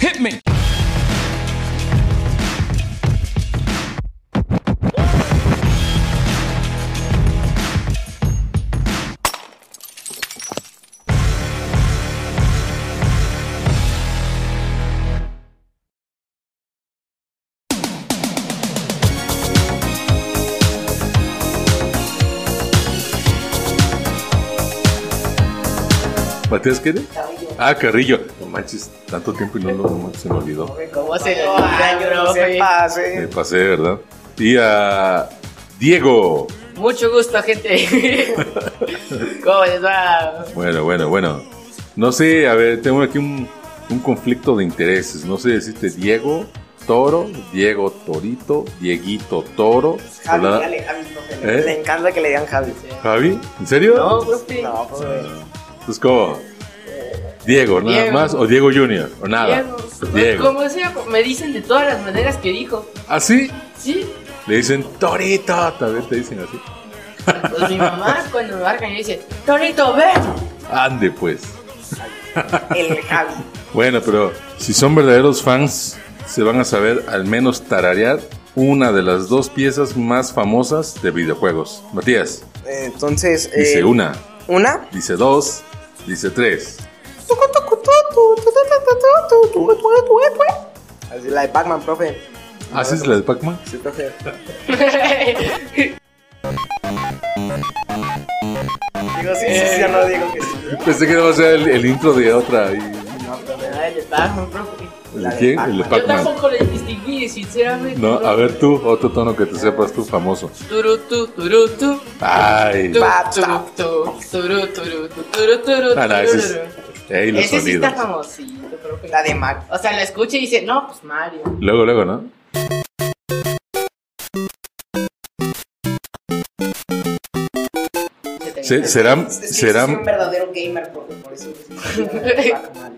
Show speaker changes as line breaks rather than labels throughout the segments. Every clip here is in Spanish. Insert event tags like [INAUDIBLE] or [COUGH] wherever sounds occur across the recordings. Hit me.
¿Matías qué? Ah, Carrillo. No manches, tanto tiempo y no lo no, se me olvidó.
¿Cómo se lo olvida, profe?
Me pasé, ¿verdad? Y a Diego.
Mucho gusto,
[LAUGHS]
gente. ¿Cómo les va?
Bueno, bueno, bueno. No sé, a ver, tengo aquí un, un conflicto de intereses. No sé decirte Diego Toro, Diego Torito, Dieguito Toro.
Javi,
¿verdad?
dale, Javi, profe.
¿Eh?
Le encanta que le digan Javi.
¿Javi? ¿En serio?
No, profe.
No, profe.
Pues como Diego, nada
Diego.
más, o Diego Junior, o nada.
Diego.
Diego.
Pues, Como sea, me dicen de todas las maneras que dijo.
Así
Sí.
le dicen Torito, también te dicen así.
Pues mi
[LAUGHS]
mamá cuando me marcan me dice, Torito, ven.
Ande pues.
El Javi.
Bueno, pero si son verdaderos fans, se van a saber al menos tararear una de las dos piezas más famosas de videojuegos. Matías,
Eh, Entonces.
dice
eh,
una,
Una.
dice dos, dice tres.
Así, la de Pac-Man, profe.
¿Así ¿Ah, es la de Pac-Man?
Sí, profe. Digo, sí, sí, sí, yo no digo que sí.
Pensé que iba a ser el, el intro de otra. y-
No, profe.
Ay, le bajo, profe.
¿El
La
de
de
quién?
Pac-Man.
El de
Yo
Pac-Man.
tampoco le distinguí, sinceramente.
No, a ver tú, otro tono que te sepas tú famoso.
Turutu, turutu.
Ay,
Tu,
Bap,
tu,
tap.
tu, turu, turu, tu, turu, turu,
Ah, no,
turu,
ese es-
turu.
ey, los
Ese sí está
sonidos.
famosito, profe.
La de Mac.
O sea, lo escucha y dice, no, pues Mario.
Luego, luego, ¿no? Se- Serán,
Es que soy un
serán,
verdadero gamer, profe, por eso. [LAUGHS] es- Pac-Man.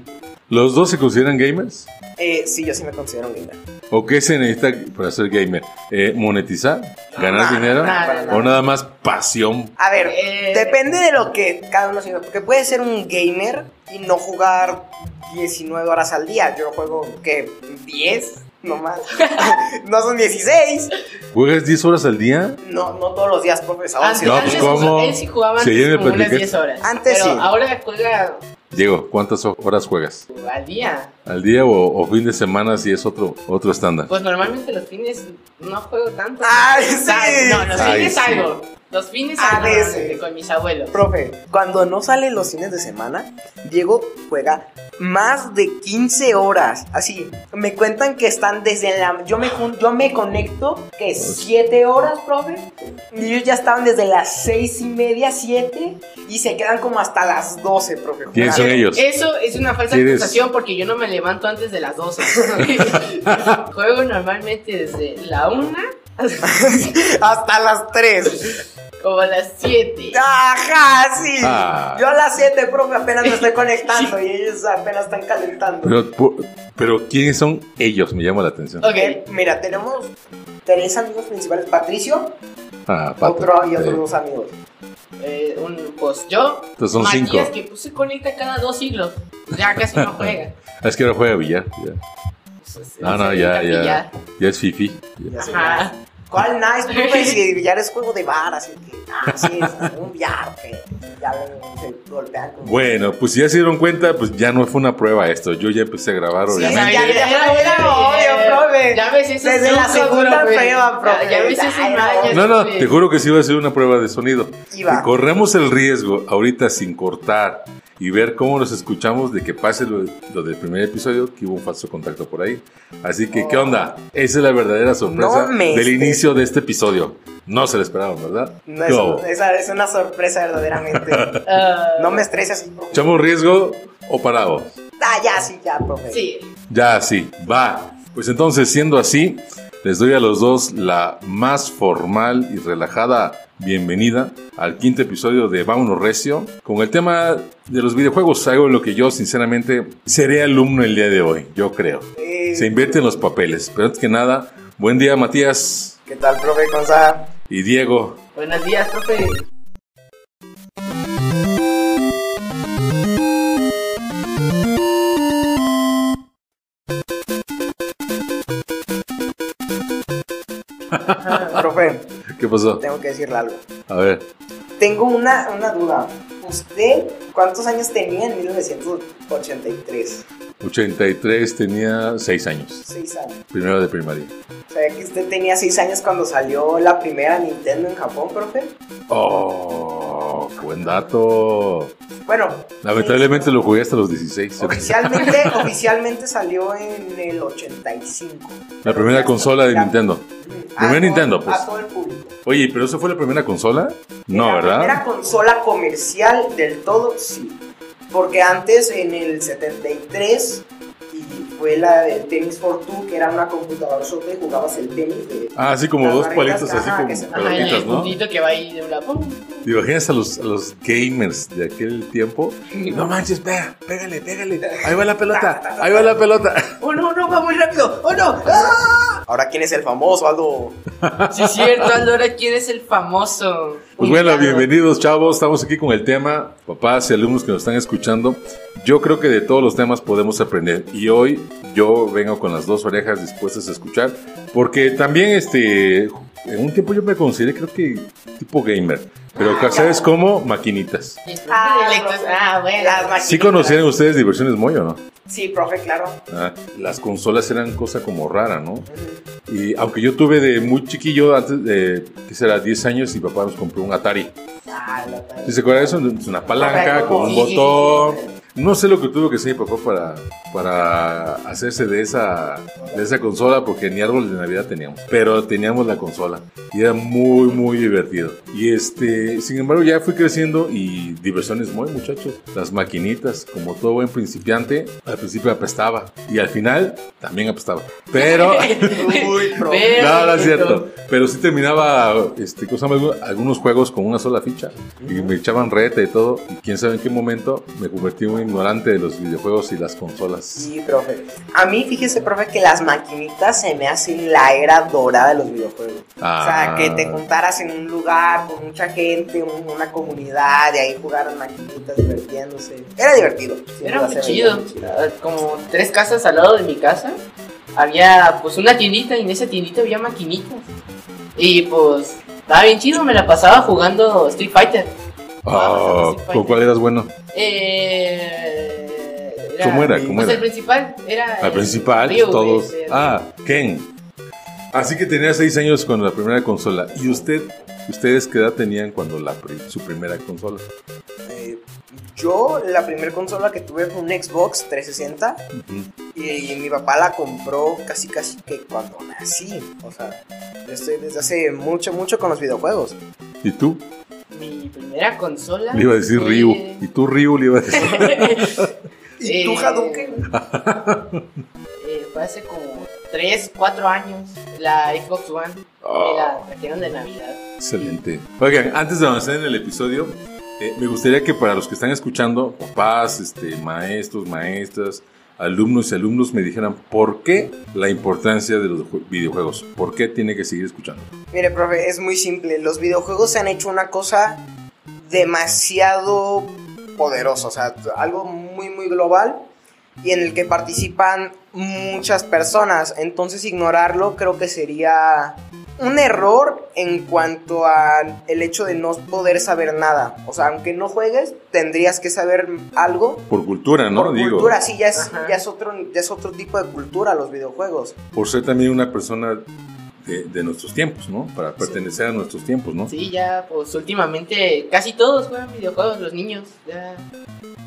¿Los dos se consideran gamers?
Eh, sí, yo sí me considero un gamer.
¿O qué se necesita para ser gamer? Eh, ¿Monetizar? ¿Ganar
Nah,
dinero?
nah,
para
¿O
nada.
¿O nada más pasión?
A ver,
Eh.
depende de lo que cada uno siga. Porque puede ser un gamer y no jugar 19 horas al día. Yo juego, ¿qué? 10 nomás. no son 16.
¿Juegas 10 horas al día?
No, no todos los días, profe. sábado,
Antes,
sí.
No,
antes
pues, ¿cómo?
jugaba- él sí jugaba
Si
antes
ayer me
como unas
platicaste.
10 horas.
Antes
pero
sí.
ahora juega
Diego, ¿cuántas ho- horas juegas?
al día.
¿Al día o, o fin de semana si es otro, otro estándar?
Pues normalmente los fines no juego tanto.
Ay,
O sea,
sí. Ah,
No, los
Ay,
fines
sí.
salgo. Los fines
A
salgo
veces.
normalmente con mis abuelos.
Profe, cuando no sale los fines de semana, Diego juega más de 15 horas. Así, me cuentan que están desde la... Yo me, jun- yo me conecto, que 7 horas, profe. Y ellos ya estaban desde las 6 y media, 7. Y se quedan como hasta las 12, profe.
¿Quiénes son
jugando.
ellos?
Eh, Eso es una falsa
¿Quieres?
acusación porque yo no me levanto antes de las
[LAUGHS]
12. [LAUGHS] Juego normalmente desde la 1
Hasta las 3.
como a las 7.
Ajá, sí.
Ah.
Pues, Yo a las 7, profe, apenas
[LAUGHS]
me estoy conectando y ellos apenas están calentando.
Pero, pu- pero ¿quiénes son ellos? Me llama la atención.
Ok.
Mira, tenemos tres amigos principales. Patricio,
Ah, Pato.
otro y otros
Eh,
dos amigos.
Eh, un, pues yo.
Entonces son
Matías,
cinco.
que pues, se conecta cada dos siglos. Ya casi no juega.
Es que ahora juega billar. Ya,
Pues,
No,
se
no, ya,
dedica a
ya. Ya es fifi.
Ya sé.
Ajá.
¿Cuál
[LAUGHS]
nice? Profe, si billar es juego de bar, así que. Ah, sí, es un billar, que ya lo- se golpean con.
Bueno, pues si ya se dieron cuenta, pues ya no fue una prueba esto. Yo ya empecé a grabar,
Sí,
obviamente.
ya, ya, ya, ya, obvio, profe.
Ya ves, ese
Desde
es
la
un
segunda
profe.
prueba, profe.
Ya, ya ves, ese
Ay,
es
no.
Maya,
No, no,
profe.
te juro que sí va a ser una prueba de sonido.
Iba.
Y corremos el riesgo ahorita sin cortar y ver cómo nos escuchamos de que pase lo, lo del primer episodio, que hubo un falso contacto por ahí. Así que, ¿qué onda? Esa es la verdadera sorpresa
Oh. No me
del
estés-
inicio de este episodio. No se lo esperaban, ¿verdad?
No,
¿Qué hubo?
es, esa es una
[LAUGHS]
sorpresa verdaderamente.
Ah,
No me estreses, profe.
¿Echamos riesgo o parado?
Ah, ya, sí, ya, profe.
Sí.
Ya, sí, va. Pues entonces, siendo así, les doy a los dos la más formal y relajada bienvenida al quinto episodio de Vámonos Recio con el tema de los videojuegos, algo en lo que yo sinceramente seré alumno el día de hoy, yo creo.
Eh,
Se invierten los papeles, pero antes que nada, buen día Matías
¿Qué tal, profe Gonza?
y Diego.
Buenos días, profe.
Profe,
¿Qué pasó?
tengo que decirle algo.
A ver.
Tengo una, una duda. ¿Usted cuántos años tenía en 1983?
83 tenía 6 años.
Seis años.
Primero de primaria.
¿Sabía que usted tenía seis años cuando salió la primera Nintendo en Japón, profe?
Oh, buen dato.
Bueno,
Lamentablemente lo jugué hasta los 16.
Oficialmente, oficialmente salió en el 85.
La primera consola de
La-
Nintendo.
Mm, a
Primera
todo-
Nintendo, pues.
A todo el público.
Oye, pero eso fue la primera consola? No,
la
¿verdad?
primera consola comercial del todo, sí. Porque antes, en el 73, y fue la del Tennis for Two, que era una computadora sobre jugabas el tenis de...
Ah, así como
Las
dos
barritas,
palitos, así
ajá,
como
que se- ajá,
Ajá, el
pelotitas, ¿no?
puntito que va ahí de un lado. pum, pum.
¿Te imaginas a los, a los gamers de aquel tiempo? No manches, pega, pégale, pégale. Ahí va la pelota, ahí va la pelota.
Oh no, no, va muy rápido. Oh no. ¡Ah!
Ahora, ¿quién es el famoso? Algo...
Sí, es cierto, Aldo, ahora quién es el famoso.
Pues bueno,
Ubicado.
bienvenidos chavos, estamos aquí con el tema, papás y alumnos que nos están escuchando. Yo creo que de todos los temas podemos aprender y hoy yo vengo con las dos orejas dispuestas a escuchar, porque también este, en un tiempo yo me consideré creo que tipo gamer, pero ¿sabes cómo? Maquinitas.
Ah,
Electos. Ah, bueno.
Las maquinitas.
¿Sí conocían ustedes Diversiones Moyo, no?
Sí, profe, claro.
Ah, las consolas eran cosa como rara, ¿no? Y aunque yo tuve de muy chiquillo, antes de, ¿qué será? 10 años, y papá nos compró un Atari.
Ah, la-
¿Sí se acuerdan de eso? Es una palanca
Correcto.
con un
Sí,
botón. No sé lo que tuvo que hacer mi papá para, para hacerse de esa, de esa consola, porque ni árboles de Navidad teníamos, pero teníamos la consola y era muy, muy divertido. Y este, sin embargo, ya fui creciendo y diversiones muy, muchachos. Las maquinitas, como todo buen principiante, al principio apestaba y al final también apestaba, pero.
Uy, profe.
Pero-
No, no es cierto. Pero sí terminaba este, ¿cómo se llama? Algu- algunos juegos con una sola ficha. Y me echaban reta y todo. Y quién sabe en qué momento me convertí en un ignorante de los videojuegos y las consolas.
Sí, profe. A mí, fíjese, profe, que las maquinitas se me hacen la era dorada de los videojuegos.
Ah.
O sea, que te juntaras en un lugar con mucha gente, un- una comunidad, y ahí jugaran maquinitas divirtiéndose. Era divertido. sin
Era
duda
muy
se veía
chido.
muy
Ah, Como tres casas al lado de mi casa. Había pues una tiendita y en esa tiendita había maquinitas. Y pues estaba bien chido, me la pasaba jugando Street Fighter.
Ah, ¿Con cuál eras bueno?
Eh,
¿Cómo era? ¿Cómo
pues
era?
el principal era...
La
el
principal,
Ryu, eh,
todos.
ese,
Ah, Ken. Así que tenía seis años con la primera consola. ¿Y usted? ¿Ustedes qué edad tenían cuando la pri- su primera consola?
Eh, yo, la primera consola que tuve fue un Xbox 360 y, mi papá la compró casi casi que cuando nací. O sea, yo estoy desde hace mucho, mucho con los videojuegos.
¿Y tú?
Mi primera consola.
Le iba a decir
fue-
Ryu. ¿Y tú, Ryu? Le iba a
[LAUGHS]
decir.
¿Y tú,
Eh,
Hadouken?
eh, fue hace como 3, 4 años. La Xbox One. Me
Ah.
la trajeron de Navidad.
Excelente. Oigan, antes de avanzar en el episodio, eh, me gustaría que para los que están escuchando, papás, este, maestros, maestras, alumnos y alumnos, me dijeran por qué la importancia de los ju- videojuegos, por qué tiene que seguir escuchando.
Mire, profe, es muy simple. Los videojuegos se han hecho una cosa demasiado poderosa, o sea, algo muy, muy global y en el que participan muchas personas. Entonces, ignorarlo creo que sería un error en cuanto a el hecho de no poder saber nada. O sea, aunque no juegues, tendrías que saber algo.
Por cultura, ¿no?
Por
Digo,
cultura, sí, ya es,
Ajá.
ya, es otro, ya es otro tipo de cultura los videojuegos.
por ser también una persona de, de nuestros tiempos, ¿no? Para pertenecer a nuestros tiempos, ¿no?
Sí, ya, pues últimamente casi todos juegan videojuegos, los niños. Ya.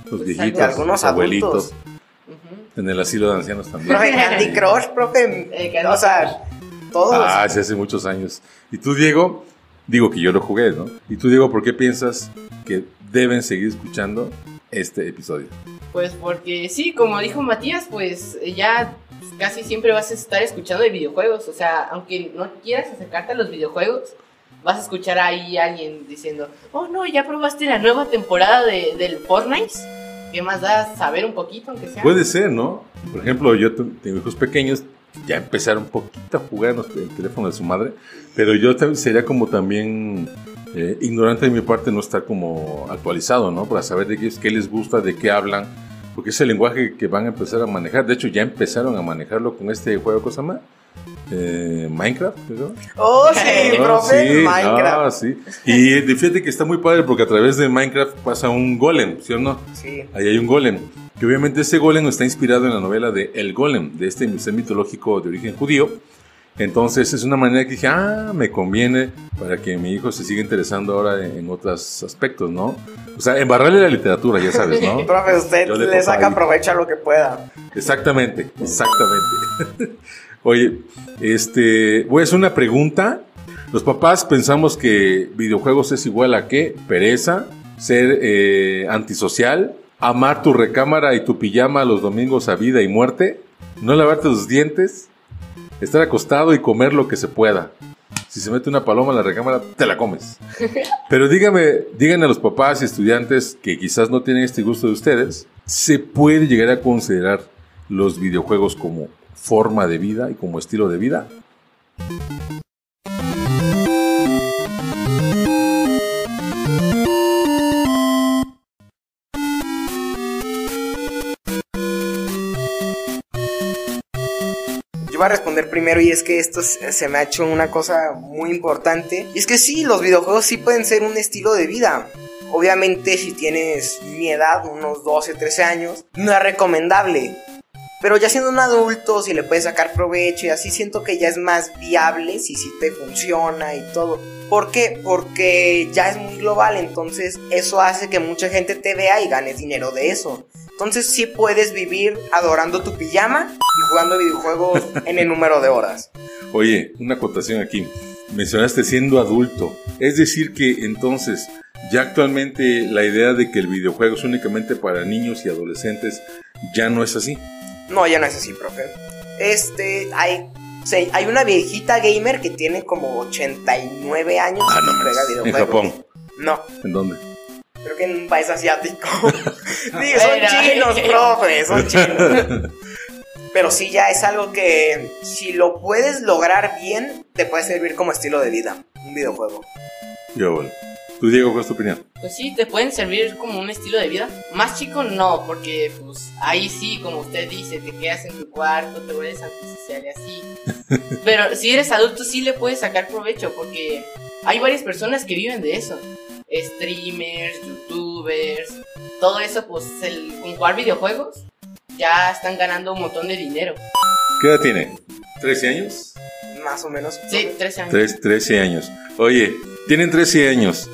Los
Pues,
viejitos,
algunos
los abuelitos,
adultos.
ujú.
en el asilo de ancianos también. [LAUGHS]
Profe, Candy Crush, profe.
Eh, Candy
o sea, todos.
Ah, sí, hace muchos años. Y tú, Diego, digo que yo lo jugué, ¿no? Y tú, Diego, ¿por qué piensas que deben seguir escuchando este episodio?
Pues porque sí, como dijo Matías, pues eh, ya pues, casi siempre vas a estar escuchando de videojuegos. O sea, aunque no quieras acercarte a los videojuegos, vas a escuchar ahí a alguien diciendo, oh no, ya probaste la nueva temporada de, del Fortnite. ¿Qué más da saber un poquito, aunque sea?
Puede ser, ¿no? Por ejemplo, yo tu- tengo hijos pequeños, ya empezaron un poquito a jugar en los- el teléfono de su madre, pero yo tam- sería como también eh, ignorante de mi parte no estar como actualizado, ¿no? Para saber de qué, es- qué les gusta, de qué hablan, porque es el lenguaje que van a empezar a manejar. De hecho, ya empezaron a manejarlo con este juego, ¿cómo se llama? Eh, Minecraft, creo.
Oh,
[LAUGHS]
sí,
No,
profe,
Ah, sí,
Minecraft.
no, sí. Y eh, fíjate que está muy padre porque a través de Minecraft pasa un golem, ¿sí o no?
Sí.
Ahí hay un golem. Que obviamente ese golem está inspirado en la novela de El Golem, de este ser mitológico de origen judío. Entonces es una manera que dije, ah, me conviene para que mi hijo se siga interesando ahora en, en otros aspectos, ¿no? O sea, embarrarle la literatura, ya sabes, ¿no?
Profe, usted
Yo le
le
toco
saca
ahí.
provecho a lo que pueda.
Exactamente, exactamente. [LAUGHS] Oye, este, voy a hacer una pregunta. Los papás pensamos que videojuegos es igual a qué? Pereza, ser eh, antisocial, amar tu recámara y tu pijama los domingos a vida y muerte, no lavarte los dientes, estar acostado y comer lo que se pueda. Si se mete una paloma en la recámara, te la comes. Pero dígame, díganle a los papás y estudiantes que quizás no tienen este gusto de ustedes, ¿se puede llegar a considerar los videojuegos como forma de vida y como estilo de vida?
Yo voy a responder primero y es que esto se se me ha hecho una cosa muy importante. Y es que sí, los videojuegos sí pueden ser un estilo de vida. Obviamente si tienes mi edad, unos 12, 13 años, no es recomendable. Pero ya siendo un adulto, si le puedes sacar provecho y así, siento que ya es más viable, si sí te funciona y todo. ¿Por qué? Porque ya es muy global, entonces eso hace que mucha gente te vea y ganes dinero de eso. Entonces sí puedes vivir adorando tu pijama y jugando
[LAUGHS]
videojuegos en el número de horas.
Oye, una acotación aquí. Mencionaste siendo adulto. Es decir que entonces, ya actualmente la idea de que el videojuego es únicamente para niños y adolescentes ya no es así.
No, ya no es así, profe. Este, hay, se- hay una viejita gamer que tiene como 89 años
Ah, no
y juega
manches. En
videojuegos.
Japón.
No,
¿En dónde? [LAUGHS]
Creo que en un país asiático. [LAUGHS] Digo, son
Bueno.
chinos, profe,
[LAUGHS]
son chinos. Pero sí, ya es algo que si lo puedes lograr bien, te puede servir como estilo de vida. Un videojuego.
Yo, bueno. Tú, Diego, ¿cuál es tu opinión?
Pues sí, te pueden servir como un estilo de vida. Más chico no, porque pues ahí sí, como usted dice, te quedas en tu cuarto, te vuelves antisocial y así.
[LAUGHS]
Pero si eres adulto sí le puedes sacar provecho, porque hay varias personas que viven de eso. Streamers, youtubers, todo eso, pues el, con jugar videojuegos ya están ganando un montón de dinero.
¿Qué edad tiene? ¿13 años?
Más o menos.
Sí,
[LAUGHS] profe.
13 años.
Tres- 13 años. Oye, tienen 13 años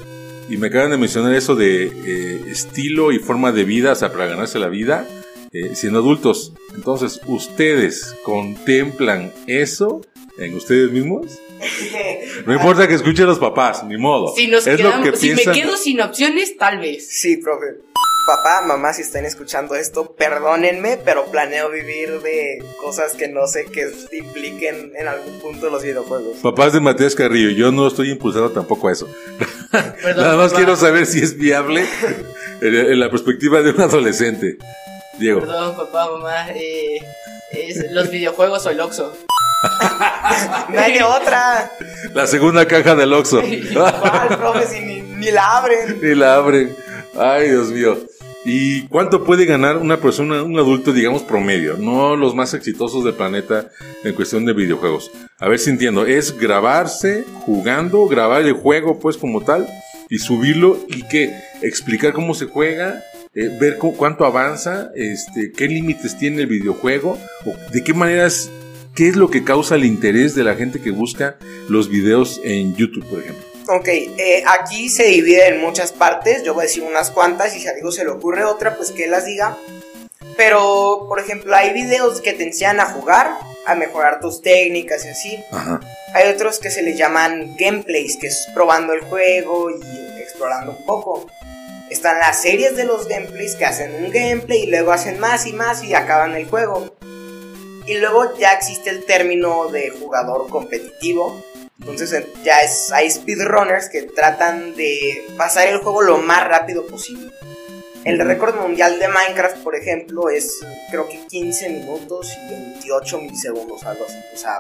y me acaban de mencionar eso de eh, estilo y forma de vida, o sea, para ganarse la vida eh, siendo adultos. Entonces, ¿ustedes contemplan eso en ustedes mismos? No importa que escuchen los papás, ni modo.
Si, nos
es
quedamos,
lo que
si
piensan.
me quedo sin opciones, tal vez.
Sí, profe. Papá, mamá, si están escuchando esto, perdónenme, pero planeo vivir de cosas que no sé que impliquen en algún punto los videojuegos.
Papás de Matías Carrillo, yo no estoy impulsado tampoco a eso.
Perdón,
Nada más
papá.
quiero saber si es viable en, en la perspectiva de un adolescente. Diego.
Perdón, papá, mamá. eh, es los videojuegos o el Oxxo.
No hay de otra.
La segunda caja del
[LAUGHS]
Oxxo.
¿Cuál, profe? Si ni, ni la abren.
Y la abren. Ay, Dios mío. ¿Y cuánto puede ganar una persona, un adulto, digamos, promedio? No los más exitosos del planeta en cuestión de videojuegos. A ver si entiendo. Es grabarse jugando, grabar el juego, pues, como tal, y subirlo y qué? Explicar cómo se juega, eh, ver cu- cuánto avanza, este, qué límites tiene el videojuego, o de qué maneras, qué es lo que causa el interés de la gente que busca los videos en YouTube, por ejemplo.
Ok, eh, aquí se divide en muchas partes. Yo voy a decir unas cuantas y si a algo se le ocurre otra, pues que las diga. Pero, por ejemplo, hay videos que te enseñan a jugar, a mejorar tus técnicas y así.
Ajá.
Hay otros que se le llaman gameplays, que es probando el juego y explorando un poco. Están las series de los gameplays que hacen un gameplay y luego hacen más y más y acaban el juego. Y luego ya existe el término de jugador competitivo. Entonces eh, ya es, hay speedrunners que tratan de pasar el juego lo más rápido posible. El récord mundial de Minecraft, por ejemplo, es creo que 15 minutos y 28 milisegundos, algo así. O sea,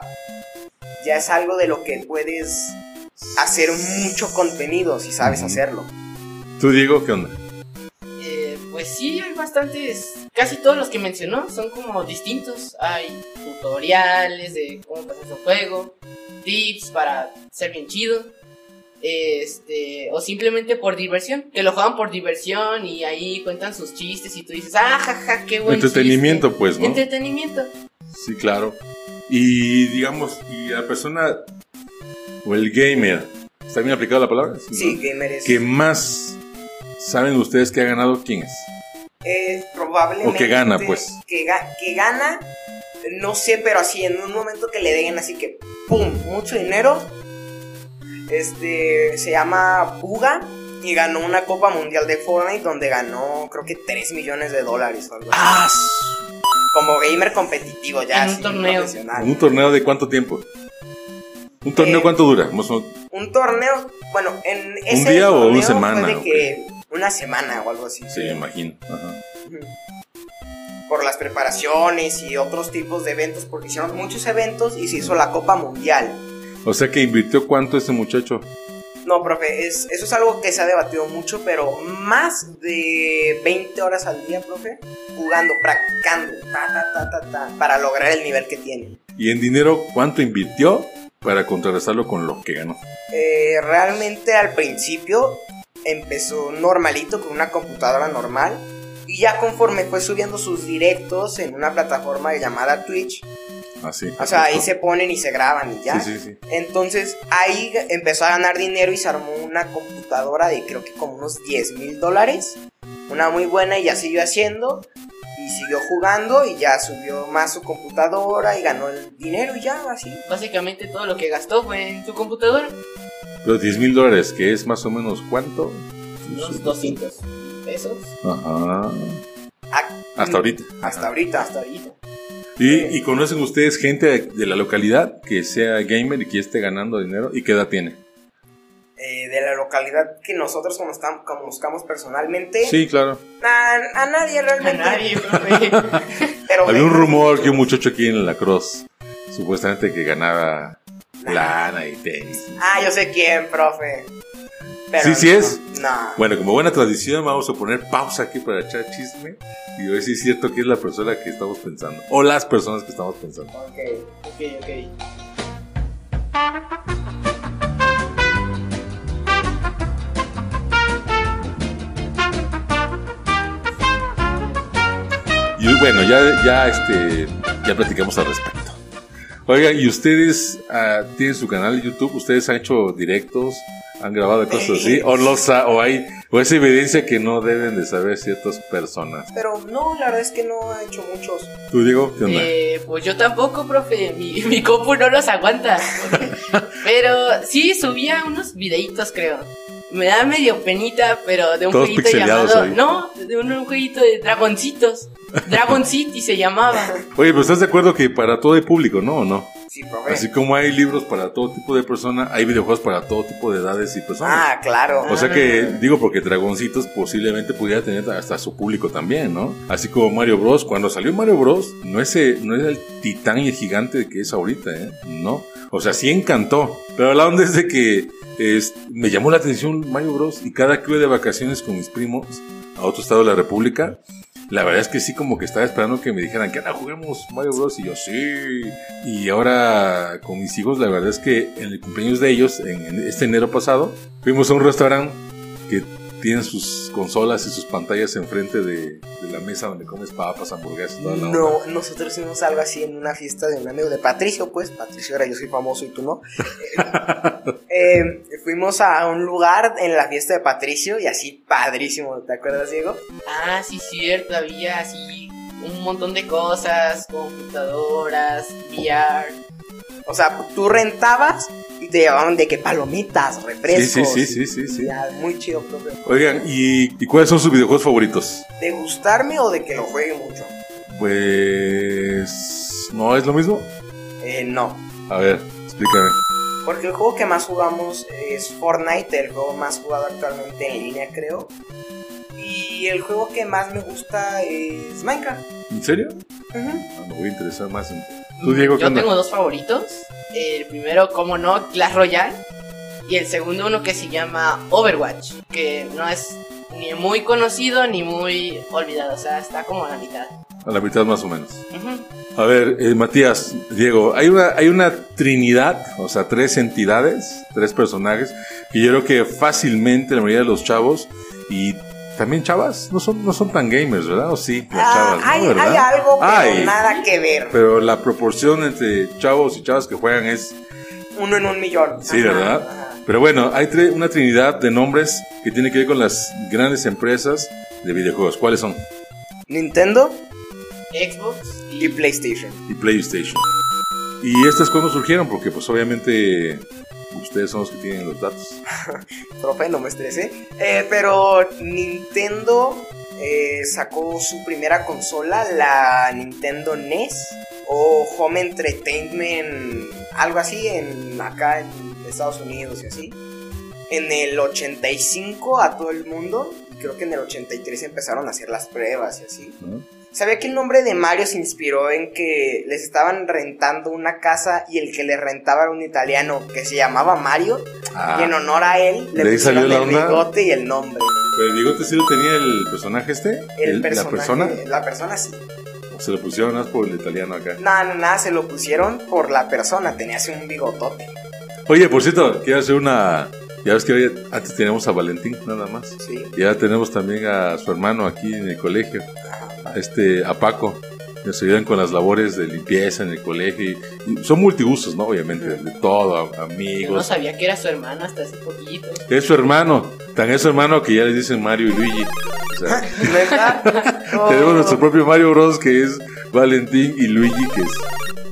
ya es algo de lo que puedes hacer mucho contenido si sabes
Ujú.
hacerlo.
¿Tú, Diego, qué onda?
Eh, pues sí, hay bastantes casi todos los que mencionó son como distintos. Hay tutoriales de cómo pasar su juego, tips para ser bien chido, este, o simplemente por diversión, que lo juegan por diversión y ahí cuentan sus chistes y tú dices, ah, jaja, qué buen
Entretenimiento,
chiste".
pues, ¿no?
Entretenimiento.
Sí, claro. Y digamos, y la persona o el gamer, ¿está bien aplicada la palabra?
Sí,
¿no?
gamer es.
¿Qué más saben ustedes que ha ganado quién es?
es probablemente.
O que gana, pues.
Que, ga- que gana, no sé, pero así, en un momento que le den así que, ¡pum! Mucho dinero. Este, se llama Puga y ganó una Copa Mundial de Fortnite donde ganó, creo que 3 millones de dólares o algo así.
¡Ah!
Como gamer competitivo ya,
En un
así,
torneo.
profesional.
¿Un torneo de cuánto tiempo? ¿Un torneo
Eh,
cuánto dura? Más o menos,
Un torneo, bueno, en ese
día o
torneo
una
fue
semana,
de
o
que una semana o algo así.
Sí, me imagino. Ajá.
por las preparaciones y otros tipos de eventos, porque hicieron muchos eventos y se hizo la Copa Mundial.
O sea que invirtió cuánto ese muchacho.
No, profe, es, eso es algo que se ha debatido mucho, pero más de 20 horas al día, profe, jugando, practicando, ta, ta, ta, ta, ta, para lograr el nivel que tiene.
Y en dinero, ¿cuánto invirtió para contrarrestarlo con lo que ganó?
Eh, realmente al principio empezó normalito con una computadora normal y ya conforme fue subiendo sus directos en una plataforma llamada Twitch,
Así.
o sea, ahí se ponen y se graban y ya.
Sí, sí, sí.
Entonces ahí g- empezó a ganar dinero y se armó una computadora de creo que como unos 10 mil dólares. Una muy buena y ya siguió haciendo. Y siguió jugando y ya subió más su computadora y ganó el dinero y ya así.
Básicamente todo lo que gastó fue en su computadora,
Los 10 mil dólares, que es más o menos cuánto.
unos 200 pesos
Ajá.
A-
Hasta ahorita.
Hasta ahorita.
hasta ahorita.
¿Y, y conocen ustedes gente de, de la localidad que sea gamer y que esté ganando dinero? ¿Y qué edad tiene?
Eh, de la localidad que nosotros conozcam- conozcamos personalmente.
Sí, claro.
A, a nadie
A
realmente.
[LAUGHS] nadie, profe.
Pero
Había un
bueno,
rumor que un muchacho aquí en La Cruz, supuestamente que ganaba lana y tenis.
Ah, yo sé quién, profe. Pero
Sí, sí
no,
es.
No.
Bueno, como buena tradición, vamos a poner pausa aquí para echar chisme y ver si es cierto que es la persona que estamos pensando. O las personas que estamos pensando.
Ok.
ok, ok.
Y bueno, ya, ya, este, ya platicamos al respecto. Oiga, ¿y ustedes ah, tienen su canal de YouTube? ¿Ustedes han hecho directos? ¿Han grabado cosas así? ¿O, no sa- o, hay, ¿O es evidencia que no deben de saber ciertas personas?
Pero no, la verdad es que no ha hecho muchos.
¿Tú, Diego? ¿Qué onda?
Eh, pues yo tampoco, profe. Mi, [LAUGHS] mi compu no los
[LAUGHS]
aguanta. pero sí subía unos videitos, creo. Me da medio penita, pero de un
Todos
jueguito
pixeleados
llamado.
ahí.
No, de un, un jueguito de dragoncitos. Dragon City se llamaba.
Oye, pero ¿estás de acuerdo que para todo hay público, no? ¿O no?
Sí, profe.
Así como hay libros para todo tipo de personas, hay videojuegos para todo tipo de edades y personas.
Ah, claro.
O sea que, digo, porque Dragoncitos posiblemente pudiera tener hasta su público también, ¿no? Así como Mario Bros. Cuando salió Mario Bros, no es, eh, no es el titán y el gigante que es ahorita, ¿eh? No. O sea, sí encantó. Pero la onda es de que es- me llamó la atención Mario Bros. Y cada que iba de vacaciones con mis primos a otro estado de la República, la verdad es que sí, como que estaba esperando que me dijeran que ahora juguemos Mario Bros. Y yo, sí. Y ahora con mis hijos, la verdad es que en el cumpleaños de ellos, en, en este enero pasado, fuimos a un restaurante que tiene sus consolas y sus pantallas enfrente de, de la mesa donde comes papas, hamburguesas, toda la onda.
No, nosotros hicimos algo así en una fiesta de un amigo de Patricio, pues. Patricio era yo soy famoso y
[LAUGHS]
tú no. Eh, fuimos a un lugar en la fiesta de Patricio y así padrísimo, ¿te acuerdas, Diego?
Ah, sí, cierto, había así un montón de cosas: computadoras, VR.
O sea, tú rentabas y te llevaban de que palomitas, refrescos.
Sí, sí, sí, sí, sí, sí.
Ya, muy chido, profe.
Oigan, ¿y, y cuáles son sus videojuegos favoritos?
¿De gustarme o de que lo juegue mucho?
Pues... ¿No es lo mismo?
Eh, no.
A ver, explícame.
Porque el juego que más jugamos es Fortnite, el juego más jugado actualmente en línea, creo. Y el juego que más me gusta es Minecraft.
¿En serio?
Ujú.
Ah, me voy a interesar más en... ¿Tú, Diego, qué
Yo
onda?
tengo dos favoritos. El primero, como no, Clash Royale. Y el segundo, uno que se llama Overwatch. Que no es ni muy conocido ni muy olvidado. O sea, está como a la mitad.
A la mitad más o menos.
Ujú.
A ver, eh, Matías, Diego, hay una, hay una trinidad, o sea, tres entidades, tres personajes, que yo creo que fácilmente la mayoría de los chavos y también chavas no son, no son tan gamers, ¿verdad? O sí, las
Ah,
chavas, ¿no?
hay,
¿verdad?
hay algo, pero
Hay,
nada que ver.
Pero la proporción entre chavos y chavas que juegan es
Uno en un millón.
Sí,
Ajá,
¿verdad?
ajá.
Pero bueno, hay tre- una trinidad de nombres que tiene que ver con las grandes empresas de videojuegos. ¿Cuáles son?
Nintendo
Xbox y,
y PlayStation.
Y PlayStation. ¿Y estas cuándo surgieron? Porque pues obviamente ustedes son los que tienen los datos.
Profe, no me estresé. Eh, pero Nintendo eh, sacó su primera consola, la Nintendo NES o Home Entertainment, algo así, en acá en Estados Unidos y así. En el 85 a todo el mundo. y Creo que en el 83 empezaron a hacer las pruebas y así.
¿no?
Sabía que el nombre de Mario se inspiró en que les estaban rentando una casa y el que le rentaba era un italiano que se llamaba Mario y en
Ah,
honor a él le
¿De ahí salió
pusieron
la
el
onda?
bigote y el nombre.
pero el bigote sí lo tenía el personaje este,
El
el- la
personaje-
persona.
La persona sí.
Se lo pusieron más por el italiano acá.
Nada, nada, nada, se lo pusieron por la persona, tenía así un bigotote.
Oye, por cierto, quiero hacer una... Ya ves que hoy- antes teníamos a Valentín, nada más.
Sí.
Ya tenemos también a su hermano aquí en el colegio. a este a Paco. Nos ayudan con las labores de limpieza en el colegio. y- y son multiusos, ¿no? Obviamente, de todo, a-
yo no
amigos.
sabía que era su hermano hasta hace poquito.
Es su hermano, tan es su hermano que ya les dicen Mario y Luigi. O
Ah,
sea,
¿Verdad? [LAUGHS]
[LAUGHS]
No.
tenemos nuestro propio Mario Bros. que es Valentín y Luigi que es,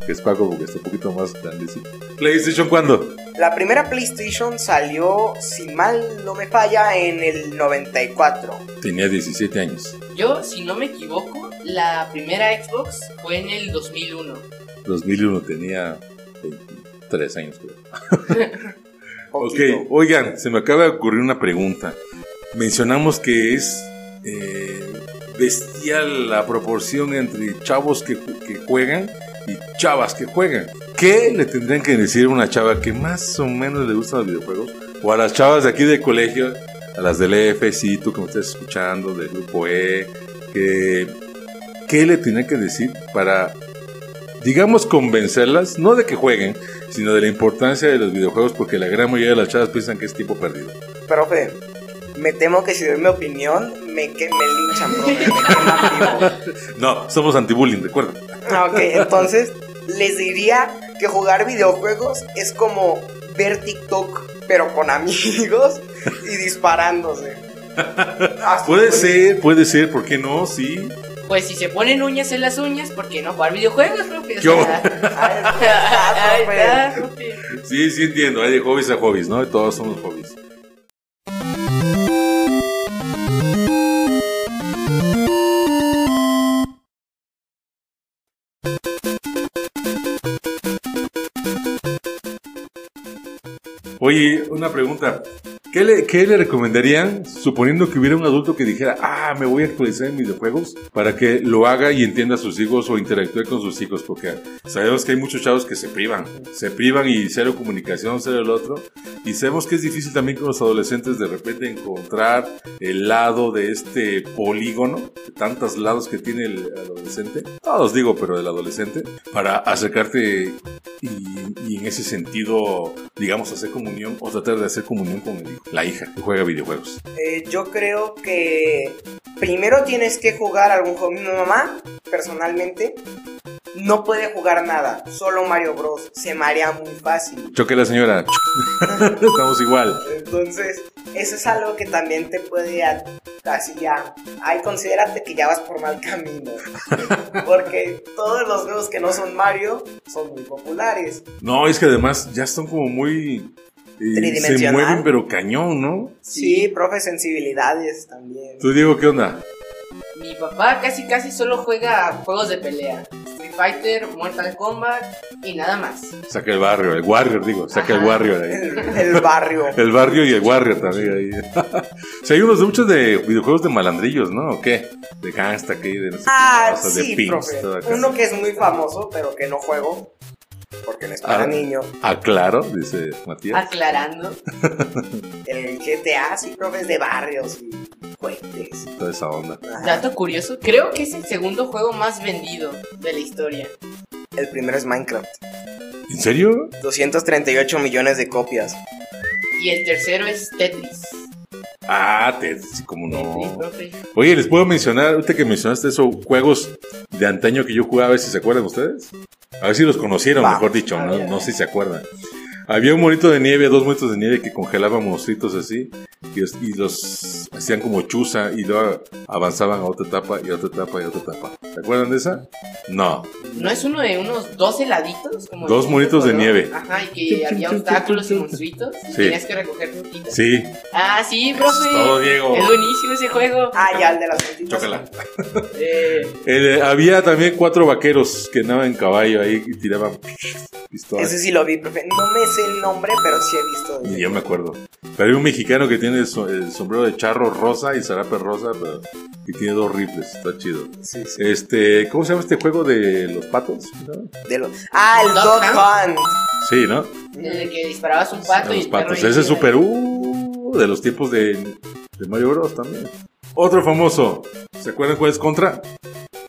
que es Paco porque está un poquito más grandecito. ¿PlayStation cuándo?
La primera PlayStation salió, si mal no me falla, en el 94.
Tenía 17 años.
Yo, si no me equivoco, la primera Xbox fue en el 2001.
2001 tenía 23 años, creo. Ok,
Poquito.
oigan, se me acaba de ocurrir una pregunta. Mencionamos que es eh, bestial la proporción entre chavos que, ju- que juegan y chavas que juegan. ¿Qué le tendrían que decir a una chava que más o menos le gustan los videojuegos? O a las chavas de aquí de colegio, a las del EF, sí, tú que me estás escuchando, del grupo E, que, ¿qué le tendrían que decir para, digamos, convencerlas, no de que jueguen, sino de la importancia de los videojuegos porque la gran mayoría de las chavas piensan que es tiempo perdido.
Profe, me temo que si doy mi opinión, me, que, me linchan, profe, me queman vivo.
No, somos anti-bullying, recuerda.
Ah, Ok, entonces les diría que jugar videojuegos es como ver TikTok, pero con amigos y disparándose. Así
Puede
pues.
ser, puede ser, ¿por qué no? Sí.
Pues si se ponen uñas en las uñas, ¿por qué no [LAUGHS] jugar videojuegos, profe? O
Yo.
sea,
Ay,
ahí
está,
está, profe.
Sí, sí entiendo, hay de hobbies a hobbies, ¿no? Todos somos hobbies. Oye, una pregunta. ¿Qué le, qué le recomendarían, suponiendo que hubiera un adulto que dijera, ah, me voy a actualizar en videojuegos, para que lo haga y entienda a sus hijos o interactúe con sus hijos? Porque sabemos que hay muchos chavos que se privan, se privan y cero comunicación, cero el otro. Y sabemos que es difícil también con los adolescentes de repente encontrar el lado de este polígono, de tantos lados que tiene el adolescente, todos digo, pero el adolescente, para acercarte y, y en ese sentido, digamos, hacer comunión o tratar de hacer comunión con el hijo, la hija que juega videojuegos.
Eh, yo creo que primero tienes que jugar algún juego. Mi mamá, personalmente, no puede jugar nada, solo Mario Bros. Se marea muy fácil.
Choque la señora, [LAUGHS] estamos igual.
Entonces, eso es algo que también te puede a- así ya. Ay, considérate que ya vas por mal
[LAUGHS]
camino. Porque todos los juegos que no son Mario son muy populares.
No, es que además ya están como muy... eh, se
Tridimensional.
mueven pero cañón, ¿no?
Sí,
Sí.
profe, sensibilidades también.
Tú Diego, ¿qué onda?
Mi papá casi casi solo juega juegos de pelea. Street Fighter, Mortal Kombat y nada más.
Saca el barrio, el warrior, digo, saca el
Ajá.
warrior ahí.
El, el barrio.
El barrio y el warrior también ahí. [LAUGHS] si hay unos de muchos de videojuegos de malandrillos, ¿no? ¿O qué? De gangsta, que de no sé qué
Ah,
cosas,
sí,
de pimps,
profe.
toda cosa.
Uno que es muy famoso, pero que no juego. Porque no es para
Ah.
niños.
Aclaro, dice Matías.
Aclarando.
El GTA, sí, profe, es de barrios. y Ah, cohetes.
Toda esa onda.
Ajá.
Dato curioso, creo que es el segundo juego más vendido de la historia.
El primero es Minecraft.
¿En serio?
238 millones de copias.
Y el tercero es Tetris.
Ah, te, sí, cómo
Tetris,
no.
profe.
Oye, les puedo mencionar, ahorita que mencionaste esos juegos de antaño que yo jugaba, a ver si se acuerdan ustedes. A ver si los conocieron,
Va.
mejor dicho,
A
no,
ver.
no sé si se acuerdan. Había un monito de nieve, dos monitos de nieve que congelaban monstruitos así y los, y los hacían como chuza y luego avanzaban a otra etapa y a otra etapa y a otra etapa. ¿Se acuerdan de esa? No.
¿No es uno de unos dos heladitos? Como
Dos
de
monitos de
color?
nieve.
Ajá, y que había obstáculos y monstruitos. y
Sí.
Tenías que recoger frutitas.
Sí,
Ah, sí, profe.
todo Diego.
Es buenísimo ese juego.
Ah, ya, el de las montitas.
Chócala.
Eh,
Eh, había también cuatro vaqueros que andaban en caballo ahí y tiraban pistolas.
Ese sí lo vi, profe. No me sé el nombre, pero sí he visto.
Ni yo me acuerdo. Pero hay un mexicano que tiene el, so- el sombrero de charro rosa y zarape rosa, pero y tiene dos rifles, está chido.
Sí, sí.
Este, ¿cómo se llama este juego de los patos? ¿No?
De lo- Ah, el
Dog
Dog Hunt.
Sí, ¿no?
en el que disparabas un pato
De
y
los
el perro
patos.
ahí
Ese es
queda.
super uh, de los tiempos de, de Mario Bros también. Otro famoso. ¿Se acuerdan cuál es Contra?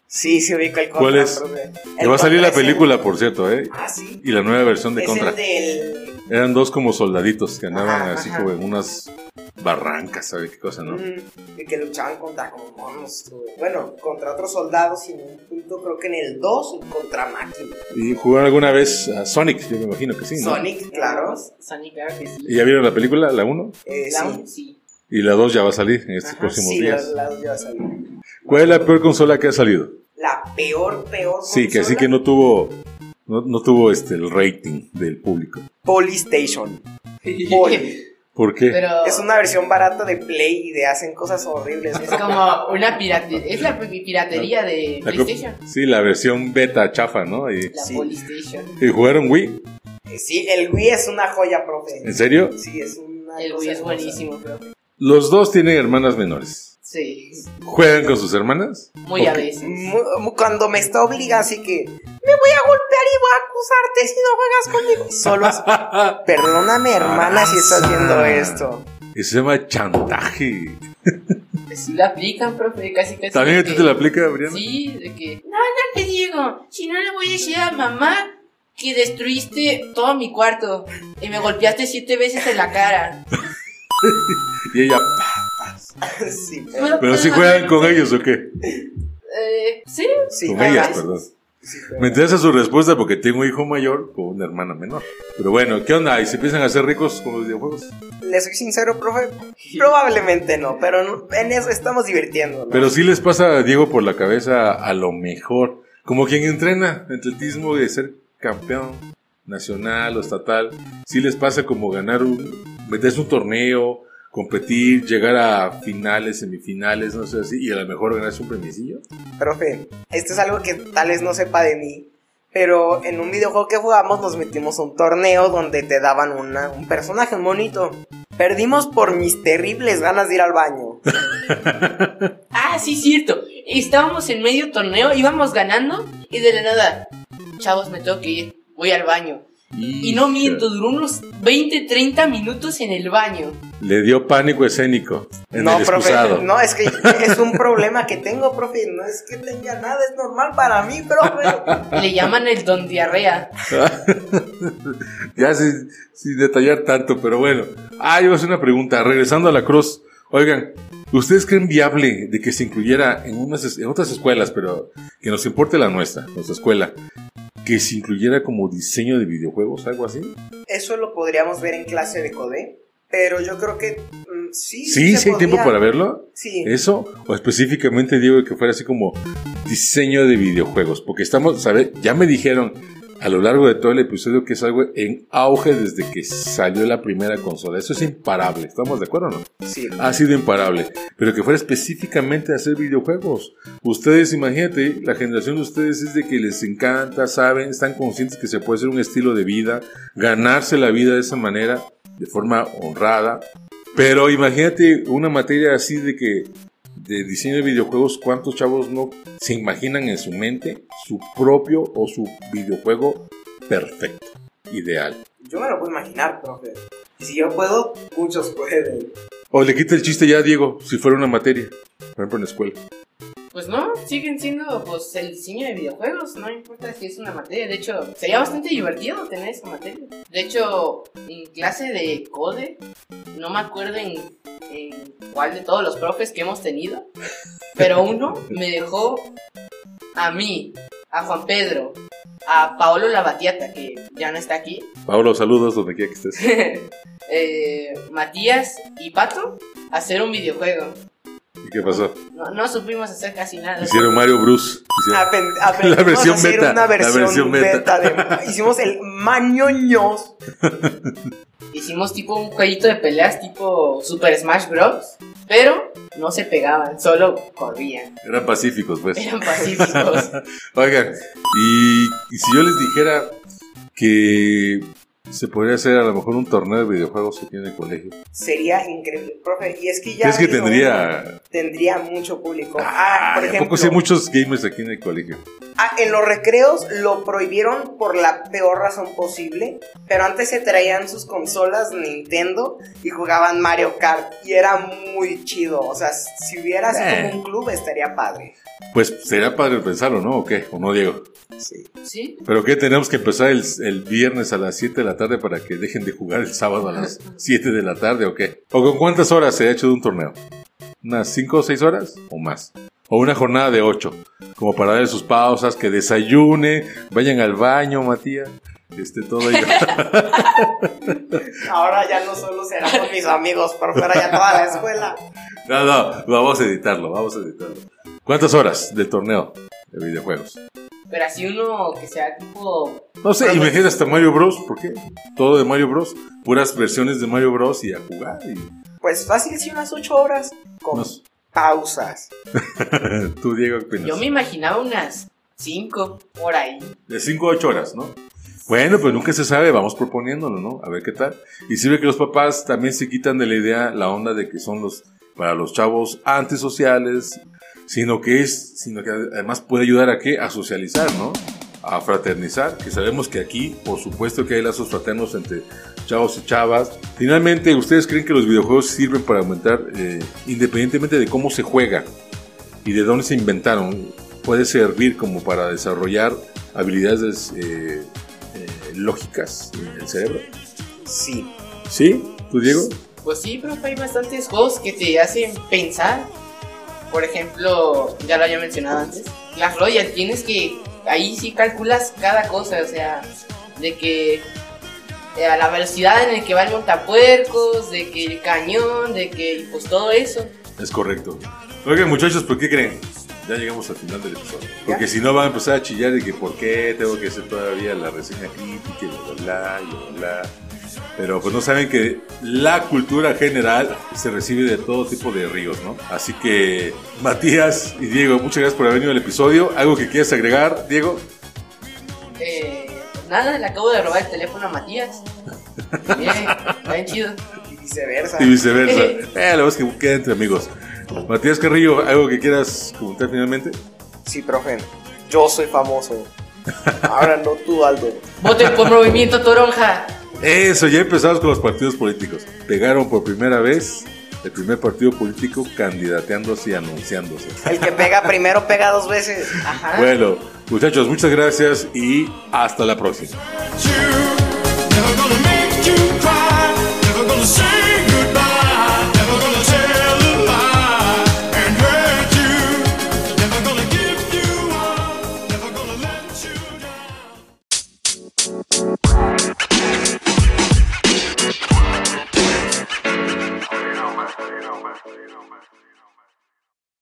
Sí, sí ubico el Contra.
¿Cuál es?
profe.
Que
El
va a salir la
Contra es el-
película, por cierto, ¿eh?
Ah, sí.
Y la nueva versión de
es
Contra.
el del.
Eran dos como soldaditos que andaban
Ajá,
así
ajá.
como en unas barrancas, ¿sabe qué cosa, no?
mm, el que luchaban contra como monstruos. Bueno, contra otros soldados y en un punto, creo que en el 2, contra máquinas.
Y jugaron alguna vez a Sonic, yo me imagino que sí, ¿no?
Sonic, claro.
Sonic, claro que sí.
¿Y ¿Ya vieron la película, la 1?
Eh,
La
sí.
un- sí.
Y la 2 ya va a salir en estos
Ajá,
próximos
sí,
días.
La, la- ya sabía.
¿Cuál es la peor consola que ha salido?
La peor, peor.
Sí, que así
consola,
que no tuvo no, no tuvo este el rating del público.
Polystation.
[LAUGHS]
Poli.
¿Por qué?
Pero
es una versión barata de Play y de hacen cosas horribles.
es como una piratería. Es la pi- piratería de
La co-
PlayStation.
sí, la versión beta chafa, ¿no? Y,
La
Sí.
PlayStation.
y jugaron Wii.
Sí, el Wii es una joya, profe.
¿En serio?
Sí, es una
El
cosa
Wii es
hermosa.
buenísimo, pero.
Los dos tienen hermanas menores.
Sí.
¿Juegan con sus hermanas? [LAUGHS]
Muy a
Ok.
veces.
Mu- mu- Cuando me está obligando, así que me voy a golpear y voy a acusarte si no juegas conmigo. Solo así, Perdóname, hermana, si estás haciendo esto. [LAUGHS]
Eso se llama chantaje.
Sí la aplican, profe, casi casi.
¿También a
de
ti
que-
te la aplica, Briana?
Sí, de que. No, no te digo. Si no le voy a decir a mamá que destruiste todo mi cuarto y me golpeaste siete veces en la cara.
Y ella,
Sí,
Bueno,
pero si
pues,
juegan con ellos o qué?
Eh, sí,
sí,
Con
ah,
ellas,
¿ves?
perdón.
sí,
Me interesa su respuesta porque tengo un hijo mayor con una hermana menor. Pero bueno, ¿qué onda? ¿Y se empiezan a hacer ricos con los videojuegos?
Le soy sincero, profe. Probablemente no, pero no- en eso estamos divirtiéndonos.
Pero sí les pasa, Diego, por la cabeza a lo mejor. Como quien entrena atletismo de ser campeón nacional o estatal, sí les pasa como ganar un, meterse un torneo, competir, llegar a finales, semifinales, no sé así, y a lo mejor ganarse un premiecillo.
Profe, esto es algo que tal vez no sepa de mí, pero en un videojuego que jugamos nos metimos a un torneo donde te daban una, un personaje, un monito. Perdimos por mis terribles ganas de ir al baño.
Ah, sí, cierto. Estábamos en medio torneo, íbamos ganando y de la nada, chavos, me tengo que ir, voy al baño. Y no miento, duró unos 20, 30 minutos en el baño.
Le dio pánico escénico [LAUGHS] en
no,
el
profe,
excusado.
no, es que es un problema que tengo, profe. No es que tenga nada, es normal para mí, profe.
Le llaman el don diarrea.
[LAUGHS] Ya sin, sin detallar tanto, pero bueno. Ah, yo voy a hacer una pregunta. Regresando a la cruz. Oigan, ¿ustedes creen viable de que se incluyera en, unas, es- en otras escuelas, pero que nos importe la nuestra, nuestra escuela, que se incluyera como diseño de videojuegos, algo así?
Eso lo podríamos ver en clase de code, pero yo creo que mm, sí.
Sí,
se
sí hay tiempo
podría.
para verlo.
Sí.
Eso, o específicamente digo que fuera así como diseño de videojuegos, porque estamos, ¿sabes? Ya me dijeron a lo largo de todo el episodio que es algo en auge desde que salió la primera consola. Eso es imparable, ¿estamos de acuerdo o no?
Sí.
ha sido imparable, pero que fuera específicamente a hacer videojuegos. Ustedes, imagínate, la generación de ustedes es de que les encanta, saben, están conscientes que se puede hacer un estilo de vida, ganarse la vida de esa manera, de forma honrada. Pero imagínate una materia así de que de diseño de videojuegos, ¿cuántos chavos no se imaginan en su mente su propio o su videojuego perfecto, ideal?
Yo me lo puedo imaginar, profe. Si yo puedo, muchos pueden.
O le quita el chiste ya a Diego, si fuera una materia. Por ejemplo, en la escuela.
Pues no, siguen siendo pues el diseño de videojuegos, no importa si es una materia. De hecho, sería bastante divertido tener esa materia. De hecho, en clase de code, no me acuerdo en, en cuál de todos los profes que hemos tenido, pero uno me dejó a mí, a Juan Pedro, a Paolo Labatiata, que ya no está aquí, [LAUGHS]
Pablo, saludos donde quiera que estés.
eh, Matías y Pato, a hacer un videojuego.
¿Y qué pasó?
No, no supimos hacer casi nada.
Hicieron Mario Bruce. Hicieron- [LAUGHS]
Apen- aprendimos
versión
a hacer
beta, la
una versión,
versión beta.
beta.
[LAUGHS]
de- hicimos el mañoños.
Hicimos tipo un jueguito de peleas tipo Super Smash Bros. Pero no se pegaban, solo corrían.
[LAUGHS]
Ah.
Eran pacíficos, pues. [LAUGHS]
Eran pacíficos.
Oigan, y, y si yo les dijera que se podría hacer a lo mejor un torneo de videojuegos aquí en el colegio,
Sería increíble, profe. Y es que ya.
¿crees que
digo,
tendría.
Tendría mucho público. Ah,
Ah,
por
¿A
ejemplo.
poco sí hay muchos gamers aquí en el colegio?
Ah, en los recreos lo prohibieron por la peor razón posible, pero antes se traían sus consolas Nintendo y jugaban Mario Kart y era muy chido. O sea, si hubiera así
Eh.
como un club estaría padre.
Pues sería padre pensarlo, ¿no? ¿O qué? ¿O no, Diego?
Sí.
¿Sí?
¿Pero qué? Tenemos que empezar el, el viernes a las 7 de la tarde para que dejen de jugar el sábado a las 7 de la tarde, ¿o qué? ¿O con cuántas horas se ha hecho de un torneo? ¿Unas 5 o 6 horas? ¿O más? ¿O una jornada de 8? Como para darle sus pausas, que desayune, vayan al baño, Matías. Este, todo ello.
Ahora ya no solo será con mis amigos, pero fuera ya toda la escuela.
No, no, vamos a editarlo, vamos a editarlo. ¿Cuántas horas del torneo de videojuegos?
Pero así uno que sea tipo.
No sé, imagínate hasta Mario Bros. ¿Por qué? Todo de Mario Bros. Puras versiones de Mario Bros. y a jugar y
Pues fácil, sí, unas ocho horas con
unos
pausas.
[LAUGHS] Tú, Diego, ¿qué opinas?
Yo me imaginaba unas 5 por ahí.
De 5 a 8 horas, ¿no? Bueno, pues nunca se sabe, vamos proponiéndolo, ¿no? A ver qué tal. Y sirve que los papás también se quitan de la idea, la onda de que son los, para los chavos antisociales, sino que es, sino que además puede ayudar a qué? A socializar, ¿no? A fraternizar, que sabemos que aquí, por supuesto que hay lazos fraternos entre chavos y chavas. Finalmente, ¿ustedes creen que los videojuegos sirven para aumentar, eh, independientemente de cómo se juega y de dónde se inventaron, puede servir como para desarrollar habilidades eh, eh, lógicas en el cerebro.
Sí.
¿Sí? ¿Tú, Diego?
Pues sí, pero hay bastantes juegos que te hacen pensar. Por ejemplo, ya lo había mencionado antes, las Royal, tienes que, ahí sí calculas cada cosa, o sea, de que eh, a la velocidad en la que va el montapuercos, de que el cañón, de que, y pues todo eso.
Es correcto. Oigan, muchachos, ¿por qué creen? Ya llegamos al final del episodio. Porque si no van a empezar a chillar de que por qué tengo que hacer todavía la reseña crítica y bla, bla, bla, y bla, bla. Pero pues no saben que la cultura general se recibe de todo tipo de ríos, ¿no? Así que, Matías y Diego, muchas gracias por haber venido al episodio. ¿Algo que quieras agregar, Diego?
Eh, pues nada, le acabo de robar el teléfono a Matías. Bien, bien chido.
Y viceversa.
Y viceversa. Eh, la verdad es que queda entre amigos. Matías Carrillo, ¿algo que quieras comentar finalmente?
Sí, profe. Yo soy famoso. Ahora no tú, Aldo.
Voten por Movimiento Toronja.
Eso, ya empezamos con los partidos políticos. Pegaron por primera vez el primer partido político candidateándose y anunciándose.
El que pega primero pega dos veces.
Ajá.
Bueno, muchachos, muchas gracias y hasta la próxima.
Never gonna make you cry. Never gonna say goodbye. Never gonna tell a lie and hurt you. Never gonna give you up. Never gonna let you down.
You know, man. You know, man. You know, man.